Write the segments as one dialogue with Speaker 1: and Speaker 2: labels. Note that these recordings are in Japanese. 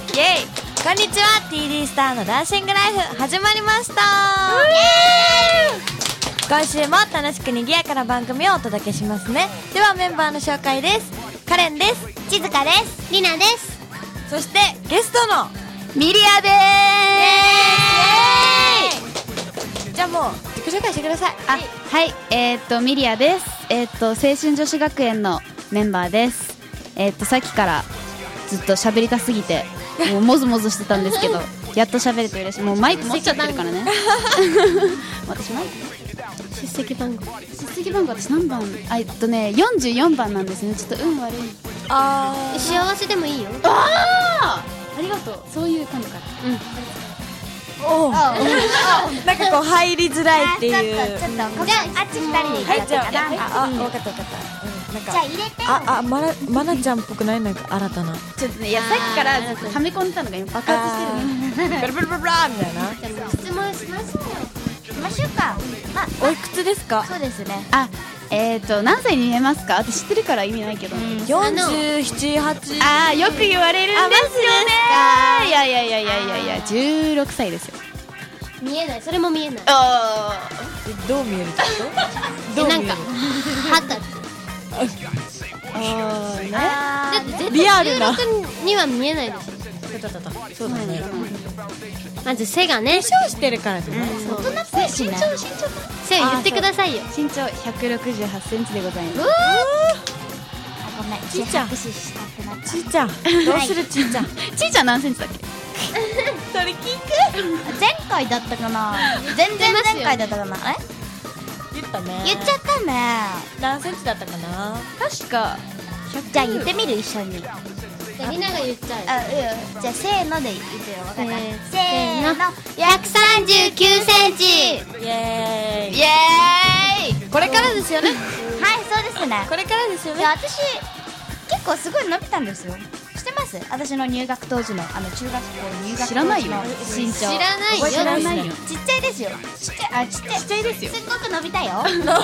Speaker 1: こんにちは TD スターのダンシングライフ始まりました今週も楽しくにぎやかな番組をお届けしますねではメンバーの紹介ですカレンです
Speaker 2: 静香ですりなです
Speaker 1: そしてゲストの
Speaker 2: ミリアで
Speaker 1: じゃあもう自己紹介してください
Speaker 3: あはい、えーっとミリアです。えーっと青春女子学園のメンバーです。えーっとさっきからずっと喋りたすぎて、もうもぞもぞしてたんですけど、 やっと喋れて嬉しい。もうマイク持っちゃってるからね。私マイク
Speaker 2: す出席番号
Speaker 3: 出席番号私何番？あえっとね44番なんですね。ちょっと運悪い。
Speaker 1: あ
Speaker 2: 幸せでもいいよ
Speaker 3: ああ、ありがとう。そういう感じか。
Speaker 1: ーおうなんかこう入りづらいっていう
Speaker 2: じゃああっち二人で
Speaker 1: はいじゃあ
Speaker 2: じゃ
Speaker 1: ああ分かった分かったうんなん
Speaker 2: あ
Speaker 1: か
Speaker 2: 入れて
Speaker 1: ああまなまなちゃんっぽくないなんか新たな
Speaker 3: ちょっとねいやさっきからずっと溜め込んでたのが今爆発してるね。
Speaker 1: ブラブラブラブラみたいな
Speaker 2: 質問しましょうよしましょうかまあ
Speaker 1: おいくつですか
Speaker 2: そうですね
Speaker 3: あ、えーっと何歳に見えますか？私知ってるから意味ないけど。
Speaker 1: 478
Speaker 3: ああよく言われるんですよねいやいやいやいやいやいや16歳ですよ
Speaker 2: 見えないそれも見えない
Speaker 3: あ
Speaker 1: どう見えるってことどう見える
Speaker 2: なんか二十歳だって
Speaker 3: あね
Speaker 2: 絶対
Speaker 1: リアルな
Speaker 2: 16には見えないでしょ
Speaker 1: そうだね
Speaker 2: まず背がね
Speaker 1: 化粧してるからじゃない
Speaker 2: 大人っぽい身長身長背言ってくださいよ
Speaker 3: 身長168センチでございます
Speaker 2: ごめん
Speaker 1: ちいちゃん
Speaker 2: 拍手したくなっ
Speaker 1: ちいちゃんどうするちいちゃん
Speaker 3: ちいちゃん何センチだっけ
Speaker 1: それ聞
Speaker 4: 前回だったかな全然前回だったかなえ
Speaker 1: く言ったね
Speaker 4: 言っちゃったね
Speaker 1: 何センチだったかな
Speaker 3: 確か
Speaker 4: じゃあ言ってみる一緒にあ
Speaker 2: じゃありなが言っちゃうよ
Speaker 4: うんじゃあせーので言ってよわかった
Speaker 2: せ
Speaker 4: せ
Speaker 2: ー
Speaker 4: ー
Speaker 2: の
Speaker 4: の
Speaker 2: 約三十九センチ
Speaker 1: イエーイ
Speaker 4: イエーイ
Speaker 1: これからですよね
Speaker 4: はいそうですね
Speaker 1: これからですよ
Speaker 4: いや
Speaker 1: ね
Speaker 4: 私結構すごい伸びたんですよ知ってます私の入学当時のあの中学校入学当時の
Speaker 3: 知らないよ
Speaker 4: 身長
Speaker 2: 知らないよ
Speaker 1: 覚えてないですね
Speaker 4: ちっちゃいですよちっちゃいあちっちゃいちっちゃいですよすっごく伸びたよ
Speaker 1: 何その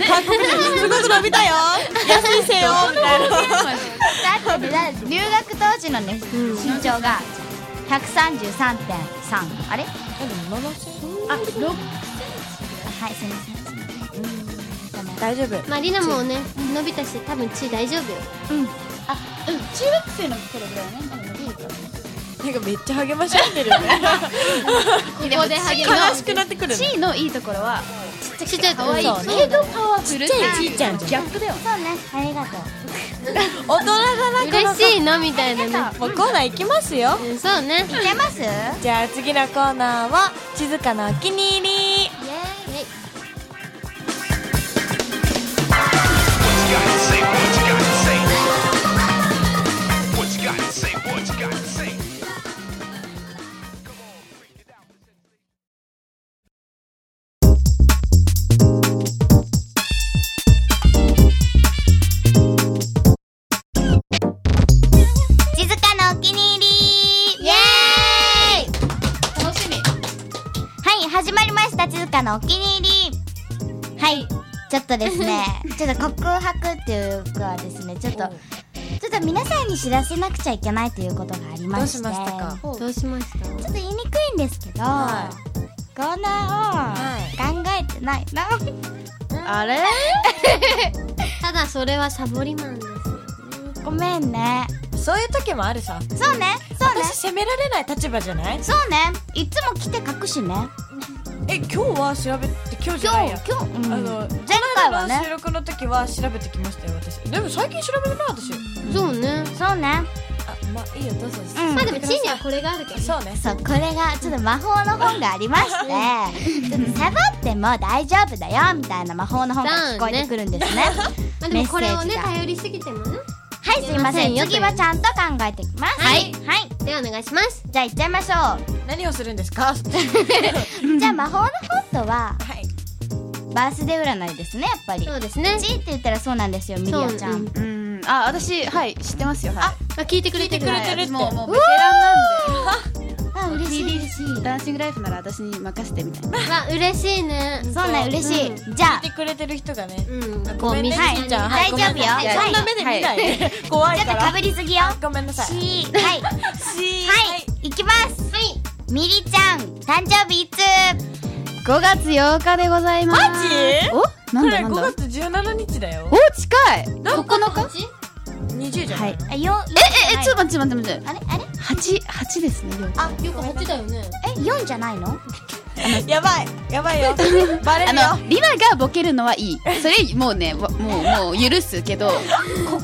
Speaker 1: 韓国人すごく伸びたよ安いせよみたいな
Speaker 4: だってねだって留学当時のね身長が133.3あれ
Speaker 1: あ六
Speaker 4: はいすみませんすみませんごめん
Speaker 1: 大丈 夫
Speaker 2: まありなもね伸びたし多分血大丈夫よ
Speaker 3: あうん中学生の頃ぐらいはねまだ伸びるからね
Speaker 1: なんかめっちゃ励まし合ってるよね
Speaker 2: ここで励
Speaker 1: 悲しくなってくるね
Speaker 3: ちいのいいところは
Speaker 2: ちっちゃいと
Speaker 3: 可愛い
Speaker 2: そう
Speaker 3: けどパワフルって
Speaker 1: ちっちゃいちいちゃんじゃん
Speaker 3: ギャップだよ
Speaker 4: そうねありがとう
Speaker 1: 大人だなこの子
Speaker 2: 嬉しいなみたいなね
Speaker 1: もうコーナー行きますよ
Speaker 2: うんそうね
Speaker 4: いけます
Speaker 1: じゃあ次のコーナーは静かなお気に入り
Speaker 2: イエーイ
Speaker 4: 静かなお気に入りイエーイ
Speaker 3: 楽しみ
Speaker 4: はい始まりました静かなお気に入りはいちょっとで すねちょっと告白っていうかですねちょっとちょっと皆さんに知らせなくちゃいけないということがありまして
Speaker 1: どうしましたか
Speaker 2: どうしました
Speaker 4: ちょっと言いにくいんですけど、
Speaker 1: は
Speaker 4: コーナ
Speaker 1: はい
Speaker 4: ーを考えてないな、
Speaker 3: あれ
Speaker 2: ただそれはサボりマンです
Speaker 4: ごめんね
Speaker 1: そういう時もあるさ
Speaker 4: そうねそうね
Speaker 1: 私責められない立場じゃない
Speaker 4: そうねいつも来て書くしね
Speaker 1: え今日は調べて今日じゃ
Speaker 4: 今
Speaker 1: ない
Speaker 4: 日
Speaker 1: や
Speaker 4: 今日、うん
Speaker 1: あの
Speaker 4: 前回は
Speaker 1: この間の収
Speaker 4: ね
Speaker 1: 録の時は調べてきましたよ私でも最近調べてない私
Speaker 2: そうね
Speaker 4: そうね
Speaker 1: あまあいいよどうぞ
Speaker 4: ん
Speaker 2: まあでもチにはこれがあるけど
Speaker 1: そうね
Speaker 4: そうこれがちょっと魔法の本がありましてちょっとサボっても大丈夫だよみたいな魔法の本が聞こえてくるんですね
Speaker 2: まあでもこれを
Speaker 4: メッ
Speaker 2: ね
Speaker 4: セージが
Speaker 2: 頼りすぎてもね
Speaker 4: はいす
Speaker 2: す
Speaker 4: いません
Speaker 2: いませんよ
Speaker 4: 次はちゃんと考えてきます
Speaker 2: はい
Speaker 4: はい
Speaker 2: ではお願いします
Speaker 4: じゃあ行っちゃいましょ
Speaker 1: 何をするんですかは
Speaker 4: うじゃあ魔法の本とはいバースデー占いですねやっぱり
Speaker 2: そうですね
Speaker 4: ちって言ったらそうなんですよミリアちゃ
Speaker 2: そうん
Speaker 3: うんあ私はい知ってますよはい
Speaker 2: まあ聞いてくれてる
Speaker 1: 聞いてくれてるって
Speaker 3: もうもうベテランなんで
Speaker 4: あ嬉しい嬉しい
Speaker 3: ダンシングライフなら私に任せてみたいな
Speaker 2: わ嬉しいね
Speaker 4: そうね嬉しい、
Speaker 2: う
Speaker 4: じゃあ
Speaker 1: 聞いてくれてる人がね
Speaker 2: うん
Speaker 1: ごめんね
Speaker 2: はい
Speaker 1: しんちゃん
Speaker 4: 大丈夫よ
Speaker 1: はいごめんね
Speaker 4: はい
Speaker 1: そんな目で見ないで怖い
Speaker 4: ちょっ
Speaker 1: か
Speaker 4: とからぶりすぎよ
Speaker 1: ごめんなさい
Speaker 4: しはい
Speaker 1: し
Speaker 4: はい、い、きますはいみりちゃん誕生日いつ
Speaker 3: 5月8日でございま
Speaker 1: マ
Speaker 3: す
Speaker 1: ジ
Speaker 3: おなんだなん
Speaker 1: これ
Speaker 3: だ
Speaker 1: 5月17日だよ
Speaker 3: お近い
Speaker 1: なんか
Speaker 2: 9日
Speaker 1: 20じゃないの
Speaker 4: あよ
Speaker 3: ええちょっと待って待って待って
Speaker 4: あれあれ
Speaker 3: 八八ですね8
Speaker 4: あ
Speaker 2: よく8だよね
Speaker 4: え四じゃないの
Speaker 1: やばいやばいよバレるよ
Speaker 3: あのリナがボケるのはいいそれもうねわもうもう許すけどここの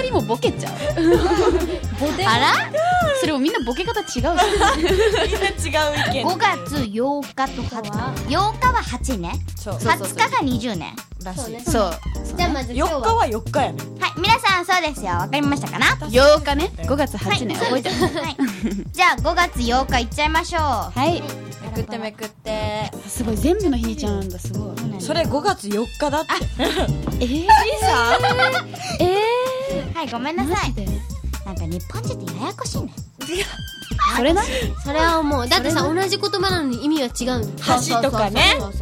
Speaker 3: 二人もボケちゃう
Speaker 4: あら
Speaker 3: それもみんなボケ方違うじゃん
Speaker 1: みんな違う意見
Speaker 4: 五月八日と八日8日は八ね
Speaker 1: そう
Speaker 3: そう
Speaker 4: 二
Speaker 3: そ
Speaker 4: 十
Speaker 3: うそう
Speaker 4: 日が二十年
Speaker 1: らしい
Speaker 2: そうね
Speaker 3: そう
Speaker 2: じゃあまず
Speaker 1: 4日
Speaker 2: 今日は
Speaker 1: は4日やね
Speaker 4: はい皆さんそうですよわかりま したかなは
Speaker 3: 8日ね5月8年、覚えてる
Speaker 4: いじゃあ5月8日いっちゃいましょうは
Speaker 3: はい
Speaker 1: めくってめくって
Speaker 3: すごい全部の日にちゃんなんだすごい
Speaker 1: それ5月4日だって
Speaker 3: えー、えー、
Speaker 4: いごめんな
Speaker 3: マ
Speaker 4: さい
Speaker 3: ジで
Speaker 4: なんか日本人ってややこしいね
Speaker 3: それな
Speaker 2: それはもうだってさ同じ言葉なのに意味は違うんだよ
Speaker 1: 橋とかね
Speaker 2: そうそう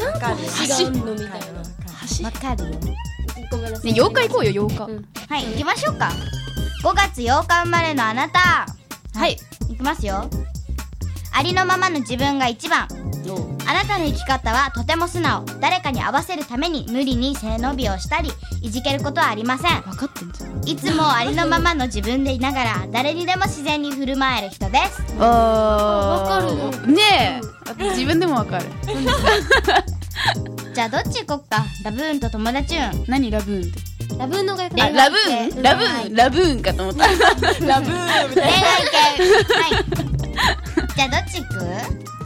Speaker 2: そうなんか橋があんのみたいな
Speaker 4: わかるよ
Speaker 2: ごめんなさ
Speaker 3: ね
Speaker 2: い
Speaker 3: 8日行こうよ8日、
Speaker 2: うん
Speaker 4: はい行きましょうか5月8日生まれのあなた
Speaker 3: はい
Speaker 4: いきますよありのままの自分が一番あなたの生き方はとても素直誰かに合わせるために無理に背伸びをしたりいじけることはありません
Speaker 3: 分かってんじゃん
Speaker 4: いつもありのままの自分でいながら誰にでも自然に振る舞える人です
Speaker 2: ー
Speaker 3: あ
Speaker 2: わか
Speaker 3: るねえ、自分でも分かる
Speaker 4: じゃあどっち行こっかラブーンと友達ゅん
Speaker 3: 何ラブーンって
Speaker 2: ラブーンの外
Speaker 3: あ
Speaker 2: 国
Speaker 3: ラブーンラブーンラブーンかと思った
Speaker 1: ラブーみた
Speaker 4: 恋
Speaker 1: いな
Speaker 4: 愛系はいじゃあどっち行く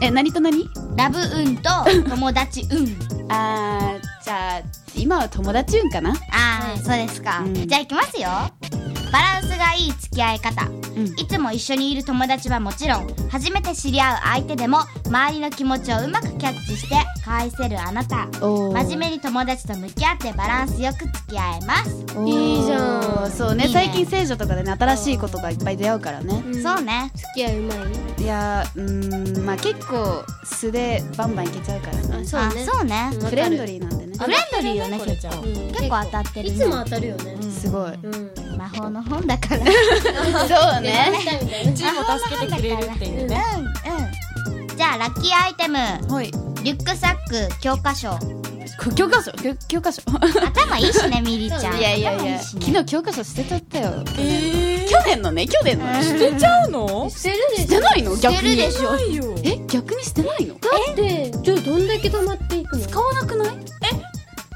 Speaker 3: え何と何
Speaker 4: ラブーンと友達ゅん
Speaker 3: あーじゃあ今は友達運かな
Speaker 4: ああそうですか、
Speaker 3: うん
Speaker 4: じゃあ行きますよバランスがいい付き合い方
Speaker 3: うん
Speaker 4: いつも一緒にいる友達はもちろん初めて知り合う相手でも周りの気持ちをうまくキャッチして返せるあなた
Speaker 3: おー
Speaker 4: 真面目に友達と向き合ってバランスよく付き合えます、
Speaker 3: おー
Speaker 2: いいじゃん
Speaker 3: そうね
Speaker 4: いいね
Speaker 3: 最近聖女とかでね新しいことがいっぱい出会うからね
Speaker 4: そうね
Speaker 2: 付き合いうまい
Speaker 3: いやーうーんまあ結構素でバンバンいけちゃうからね
Speaker 2: そ
Speaker 4: あそうね
Speaker 2: うんわかる
Speaker 3: フレンドリーなんでね
Speaker 4: フレンドリーよね
Speaker 1: これ
Speaker 4: 結
Speaker 1: ちゃ
Speaker 4: 構
Speaker 1: ん
Speaker 2: うん
Speaker 4: 結構当たってるね
Speaker 2: いつも当たるよね
Speaker 3: すごい
Speaker 2: うん
Speaker 4: 魔法の本だから
Speaker 3: そうね
Speaker 2: したみたいな
Speaker 1: チームを助けてくれるっていうね
Speaker 4: うんうんじゃあラッキーアイテム
Speaker 3: はい
Speaker 4: リュックサック教科書
Speaker 3: 教科書教教科書
Speaker 4: 頭いいしねみりち
Speaker 2: そう
Speaker 4: ゃん
Speaker 2: ね
Speaker 3: いやいや
Speaker 4: 頭
Speaker 3: いや
Speaker 4: し
Speaker 3: 昨
Speaker 4: ね
Speaker 3: 日教科書捨てちゃったよ
Speaker 1: え
Speaker 3: 去年のね去年のね
Speaker 1: ー、捨てちゃうの
Speaker 2: してるで
Speaker 3: 捨
Speaker 2: しょ
Speaker 3: てないの
Speaker 4: 捨
Speaker 3: 逆
Speaker 4: てる
Speaker 3: に
Speaker 4: でし
Speaker 1: し
Speaker 4: ょ
Speaker 1: ないよ
Speaker 3: え逆に捨てないの
Speaker 2: だってじゃあどんだけ溜まっていくの
Speaker 3: 買わなくない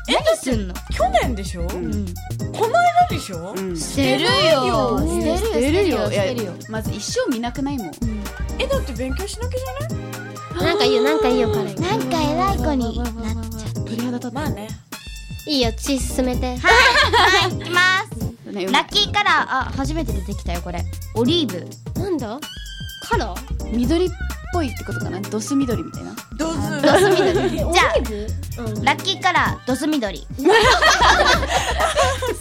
Speaker 4: 何すんの
Speaker 1: 去年でしょ、
Speaker 3: ん
Speaker 4: うん
Speaker 1: この間でしょ、
Speaker 3: うん
Speaker 2: 捨
Speaker 1: てるよ
Speaker 2: 捨てるよ
Speaker 3: 捨てるよ
Speaker 2: 捨てる
Speaker 3: いや
Speaker 2: よ
Speaker 3: まず一生見なくないもん
Speaker 1: えだって勉強しなきゃじゃない
Speaker 2: なんか言うなんかいいよカレン
Speaker 4: なんか偉い子になっちゃ
Speaker 3: 鳥肌立っ
Speaker 1: まあね
Speaker 2: いいよ血進めて
Speaker 4: はい、はい、いきます
Speaker 3: たねうま
Speaker 4: ラ
Speaker 3: い
Speaker 4: ッキーカラーあ初めて出てきたよこれオリーブ
Speaker 2: なんだカラー
Speaker 3: 緑っぽいってことかなドス緑みたいな
Speaker 1: どうする
Speaker 2: じゃオ
Speaker 4: あ
Speaker 2: リーブうん
Speaker 4: ラッキーカラードス緑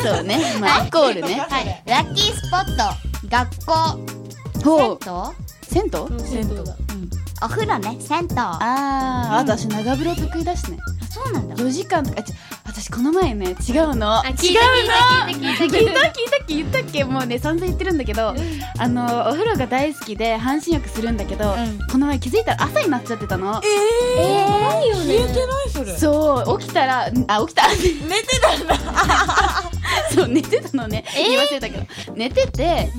Speaker 3: そうね まあイコールね
Speaker 4: はいラッキースポット学校
Speaker 3: ほう
Speaker 4: と
Speaker 3: 銭湯
Speaker 2: うん銭湯だ
Speaker 4: お風呂ね銭湯あ
Speaker 3: あーあと私長風呂得意だしね
Speaker 4: そうなんだ
Speaker 3: 4時間とかあちょ私この前ね違うの
Speaker 2: あ
Speaker 3: 違うの
Speaker 2: 聞いた聞いた聞いた
Speaker 3: 聞
Speaker 2: 聞
Speaker 3: い
Speaker 2: い
Speaker 3: た
Speaker 2: た
Speaker 3: 聞いたっけ言ったっけもうね散々言ってるんだけど、あのお風呂が大好きで半身浴するんだけど、
Speaker 4: うん
Speaker 3: この前気づいたら朝になっちゃってたの、
Speaker 1: えー、
Speaker 2: 怖いよ
Speaker 1: 寝
Speaker 2: ね
Speaker 1: てないそれ
Speaker 3: そう起きたらんあ起きた
Speaker 1: 寝てたんだ
Speaker 3: そう寝てたのね、言い忘れたけど寝てて、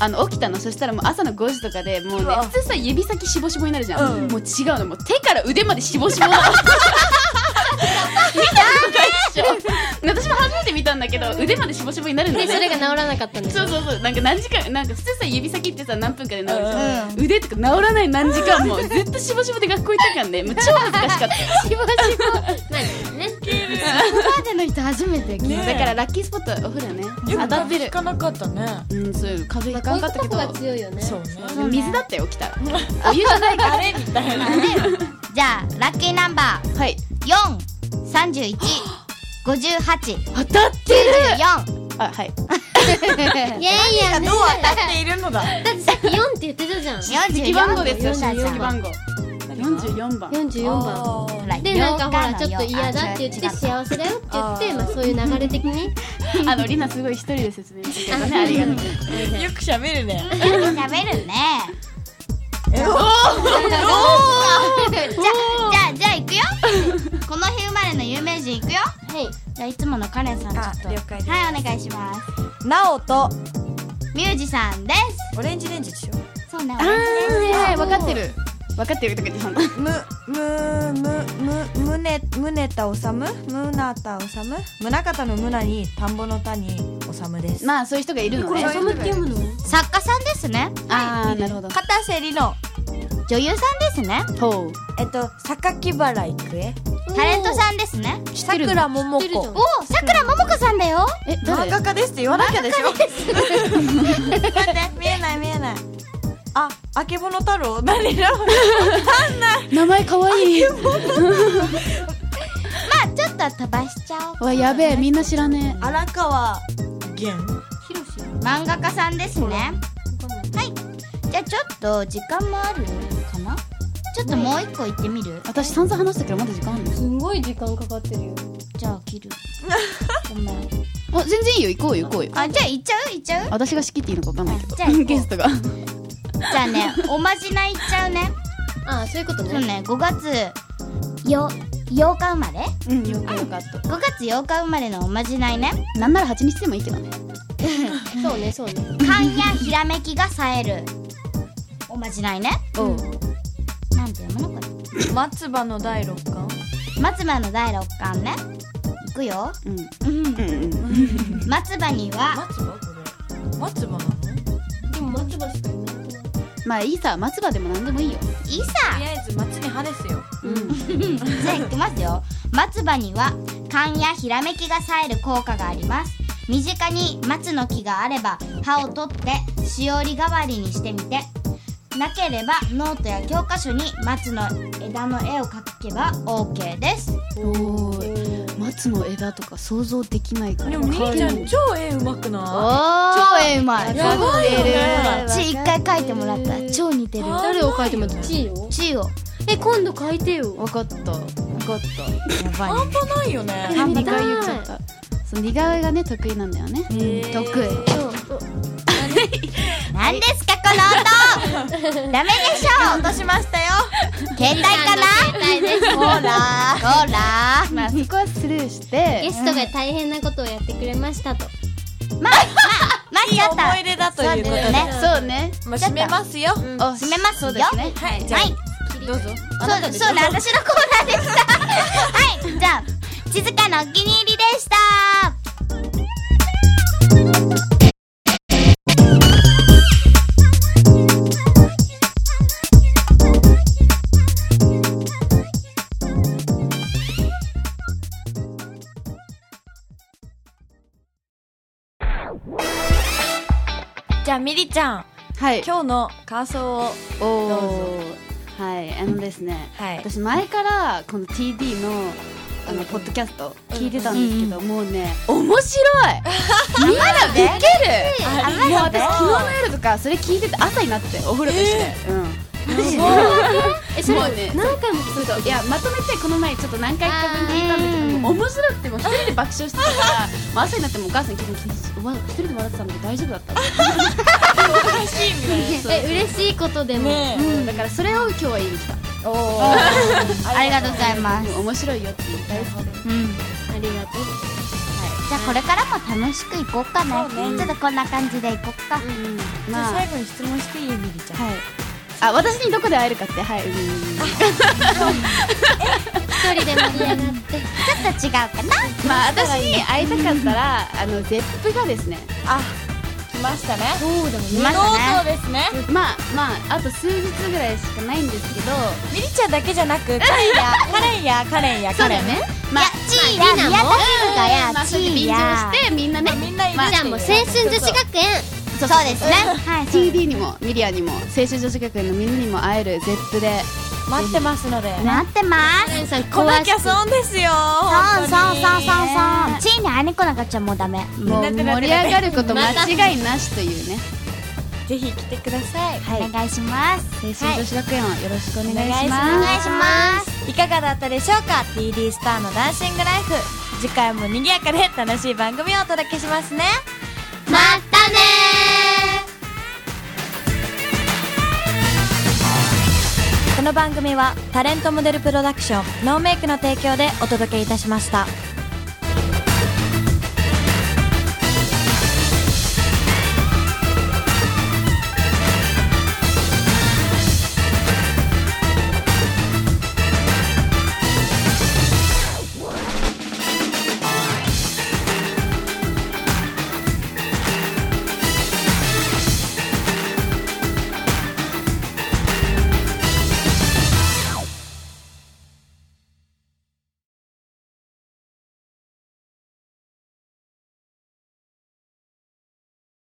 Speaker 3: あの起きたのそしたらもう朝の5時とかでもうね
Speaker 1: うわ
Speaker 3: 普通さ指先しぼしぼになるじゃん、
Speaker 1: うん
Speaker 3: もう違うのもう手から腕までしぼしぼ見たことないでしょ 私も初めて見たんだけど腕までしぼしぼになるんだ
Speaker 2: で
Speaker 3: よね
Speaker 2: それが治らなかったんだ
Speaker 3: そう
Speaker 2: よ
Speaker 3: そうそうなんか何時間なんか普通さ指先ってさ何分かで治るじゃん、
Speaker 4: う
Speaker 3: 腕とか治らない何時間もずっとしぼしぼで学校行ったからねもう超恥ずかしかった
Speaker 2: しばしば何ね
Speaker 4: ここまでの人初めて聞い
Speaker 1: ねえ
Speaker 3: だからラッキースポットお風呂ね
Speaker 1: よ
Speaker 3: 当
Speaker 1: く
Speaker 3: たって
Speaker 1: 聞
Speaker 3: る
Speaker 1: かなかったね
Speaker 3: うんそういう風邪ひ
Speaker 2: こう
Speaker 3: か
Speaker 2: い
Speaker 3: ん
Speaker 2: う
Speaker 3: かった
Speaker 2: とこ
Speaker 3: けど
Speaker 2: が強いよね
Speaker 1: そうね
Speaker 4: うね
Speaker 3: 水だったよ起きたらお湯じゃないから
Speaker 1: あれみたい な
Speaker 4: じゃあラッキーナンバー
Speaker 3: はい
Speaker 4: 4 31 58
Speaker 3: 当たって
Speaker 4: 94
Speaker 3: あはい
Speaker 2: いやいや
Speaker 1: どう当たっているのだ
Speaker 2: だってさっき4って言ってたじゃん
Speaker 3: 地域番号ですよ
Speaker 4: 44番
Speaker 3: 地域番号四十四番
Speaker 2: 44番
Speaker 1: あー
Speaker 4: ほら
Speaker 2: でなんかほら
Speaker 4: 8
Speaker 2: ちょっと嫌だって言って
Speaker 4: あ違う違う
Speaker 2: 幸せだよって言って
Speaker 1: あー
Speaker 2: まあそういう流れ的に
Speaker 3: あのりなすごい一人で説明してたけどねありがとう
Speaker 1: よく喋るね
Speaker 4: よく喋るね。じゃあ じゃあじゃあいくよ この日生まれの有名人いくよ
Speaker 2: はい
Speaker 4: じゃあいつものカレンさんちょっと
Speaker 1: あ了解です
Speaker 4: はいお願いします
Speaker 1: なおと
Speaker 4: ミュージさんで
Speaker 1: オレンジレンジでしょ
Speaker 4: すそうね
Speaker 3: あーはい分かって
Speaker 4: る
Speaker 3: る分かってるとか言ってたんだ
Speaker 1: むむむむむねむねたおさむむなたおさむむなかたのむなに田んぼの田におさむです
Speaker 3: まあそういう人がいるの
Speaker 5: これ
Speaker 3: ね
Speaker 5: 収まって読むの
Speaker 4: 作家さんですね
Speaker 3: ああなるほど
Speaker 1: 片瀬里乃
Speaker 4: 女優さんですね
Speaker 3: ほう
Speaker 1: えっと榊原郁恵
Speaker 4: タレントさんですね
Speaker 1: さくらもも
Speaker 5: 知ってるじゃん
Speaker 1: こ
Speaker 4: おおさくらももこさんだよ
Speaker 3: え
Speaker 1: 漫
Speaker 3: 誰
Speaker 1: 画家ですって言わなきゃでしょ待 って見えない見えないあ、あけぼの太郎何だろう
Speaker 3: 名前かわいい
Speaker 4: まあちょっと飛ばしちゃおう
Speaker 3: わやべえみんな知らね
Speaker 1: 荒川源
Speaker 5: ひろし
Speaker 4: 漫画家さんですねはいじゃあちょっと時間もあるかなちょっともう一個行ってみる
Speaker 3: え私散々話したけどまだ時間あるんです
Speaker 5: すごい時間かかってるよ
Speaker 4: じゃあ切るごめん
Speaker 3: あ全然いいよ行こうよ行こうよ
Speaker 4: あじゃあ行っちゃう行っちゃう
Speaker 3: 私が仕切っていいのか分かんないけど
Speaker 4: じゃあ行こう
Speaker 3: ゲストが
Speaker 4: じゃあねおまじない行っちゃうね
Speaker 5: ああそういうこと
Speaker 4: そう
Speaker 5: ね
Speaker 4: ね5月よ8日生まれ
Speaker 3: うんよかよかっ
Speaker 4: 5月8日生まれのおまじないね
Speaker 3: たなんなら8日でもいいけどね
Speaker 5: そうねそうね
Speaker 4: 勘やひらめきが冴えるおまじないね
Speaker 3: おう
Speaker 4: なんて読むのこ
Speaker 1: 松葉の第六巻
Speaker 4: れ松葉の第六巻ねいくよ、
Speaker 3: うん
Speaker 4: うん
Speaker 3: う、んうん
Speaker 4: 松葉には
Speaker 1: 松葉これ松葉なの
Speaker 5: でも松葉しかいない
Speaker 3: まあいいさ松葉でも何でもいいよ
Speaker 4: いいさ
Speaker 1: とりあえず街に跳ねすよ
Speaker 3: うん
Speaker 4: じゃあいきますよ松葉には勘やひらめきが冴える効果があります身近に松の木があれば葉を取ってしおり代わりにしてみてなければノートや教科書に松の枝の絵を描けば OK です
Speaker 3: おー松の枝とか想像できないから
Speaker 1: でもみーちゃ
Speaker 3: 可愛
Speaker 1: ん
Speaker 3: い
Speaker 1: 超絵うまくな
Speaker 4: 超絵うまい
Speaker 1: やばいよね
Speaker 4: ち一回描いてもらった超似てる
Speaker 1: あ
Speaker 5: 誰を書いてもらったちいよ
Speaker 4: ちを
Speaker 5: え今度書いてよ
Speaker 3: わかったわかった
Speaker 1: い半端ないよね
Speaker 3: 似顔絵言っちゃったその似顔絵がね得意なんだよね
Speaker 1: 得意
Speaker 4: 何ですかこの音ダメでしょ
Speaker 1: 落としましたよ
Speaker 4: 携帯かな ほらほら
Speaker 3: まあそこはスルーして
Speaker 5: ゲストが大変なことをやってくれましたと
Speaker 4: まあ
Speaker 1: いい
Speaker 4: ちょっと
Speaker 1: 思い出だということで
Speaker 4: そうですね
Speaker 3: そうね
Speaker 1: まあ締めますよ
Speaker 3: あ
Speaker 4: 締めます
Speaker 3: そ
Speaker 4: よ
Speaker 3: うですね
Speaker 1: はいじゃ
Speaker 4: はい
Speaker 1: あどうぞあな
Speaker 4: そ
Speaker 1: た
Speaker 4: う
Speaker 1: で
Speaker 4: そうね、私のコーナーでした。はい、じゃあ、静かのお気に入りでした。
Speaker 1: じゃあみりちゃん
Speaker 3: はい
Speaker 1: 今日の感想を
Speaker 3: お
Speaker 1: どう
Speaker 3: ーはいあのですね
Speaker 1: はい
Speaker 3: 私前からこの TD のあのポッドキャスト聞いてたんですけどもうね面白いみんなでける
Speaker 1: あり
Speaker 3: もう
Speaker 1: がと
Speaker 3: 私昨日の夜とかそれ聞いてて朝になってお風呂としてうん
Speaker 5: えそれ
Speaker 3: もうね
Speaker 5: 何回も聞く
Speaker 3: そういやまとめてこの前ちょっと何回か分聞いたんだけどもう面白くてもう一人で爆笑してたから もう朝になってもお母さんに聞いてもう一人で笑ってたんだけど大丈夫だった
Speaker 5: え嬉しいことでも
Speaker 1: ねえ
Speaker 3: うんだからそれを今日は言いに来た
Speaker 1: おお
Speaker 4: ありがとうございます。
Speaker 3: うん面白いよって言いたい
Speaker 4: う
Speaker 5: あ
Speaker 4: ん。
Speaker 5: りがとう
Speaker 4: じゃあ、これからも楽しくいこうかな。
Speaker 1: そうね
Speaker 4: ちょっとこんな感じでいこうか。
Speaker 3: まあ
Speaker 1: 最後に質問していいみりちゃん
Speaker 3: はいあ私にどこで会えるかってはいうん
Speaker 5: 一人で盛り上がって
Speaker 4: ちょっと違うかな。
Speaker 3: まあ私に会いたかったらあのゼップがですね
Speaker 1: あ来ましたね
Speaker 5: そうだもんね
Speaker 4: ましたね。
Speaker 1: ですね
Speaker 3: まあまああと数日ぐらいしかないんですけど
Speaker 1: みりちゃんだけじゃなくカレンやカレンやカレンやカレンね
Speaker 3: まあ
Speaker 4: ちーや、宮田優香
Speaker 3: まあ
Speaker 4: や、ち
Speaker 3: そうやって
Speaker 4: ー
Speaker 3: 便
Speaker 4: や
Speaker 3: 乗し。てみんなね
Speaker 1: みんないる
Speaker 3: まあ
Speaker 5: じゃあもう青春女子学園
Speaker 4: そうですね。はい。
Speaker 3: TD にもミリアにも青春女子学園のみんなにも会える絶プで
Speaker 1: 待ってますので
Speaker 4: 待ってます。
Speaker 5: カレンさん
Speaker 1: こ
Speaker 5: 怖
Speaker 1: ないきゃ損ですよ
Speaker 4: そうそうそうそうそう。
Speaker 1: 本
Speaker 4: ちーに会いに来なかったらもうダメ。
Speaker 3: もう盛り上がること間違いなしという ね
Speaker 1: 当にぜひ来てください
Speaker 4: お願いします。
Speaker 3: 青春女子学園をよろしくお願い
Speaker 1: お願い
Speaker 3: し
Speaker 1: し
Speaker 3: ます
Speaker 1: ます
Speaker 4: お願いします。
Speaker 1: いかがだったでしょうか TD スターのダンシングライフ次回も賑やかで楽しい番組をお届けしますね
Speaker 4: またねー
Speaker 1: の番組はタレントモデルプロダクションノーメイクの提供でお届けいたしました。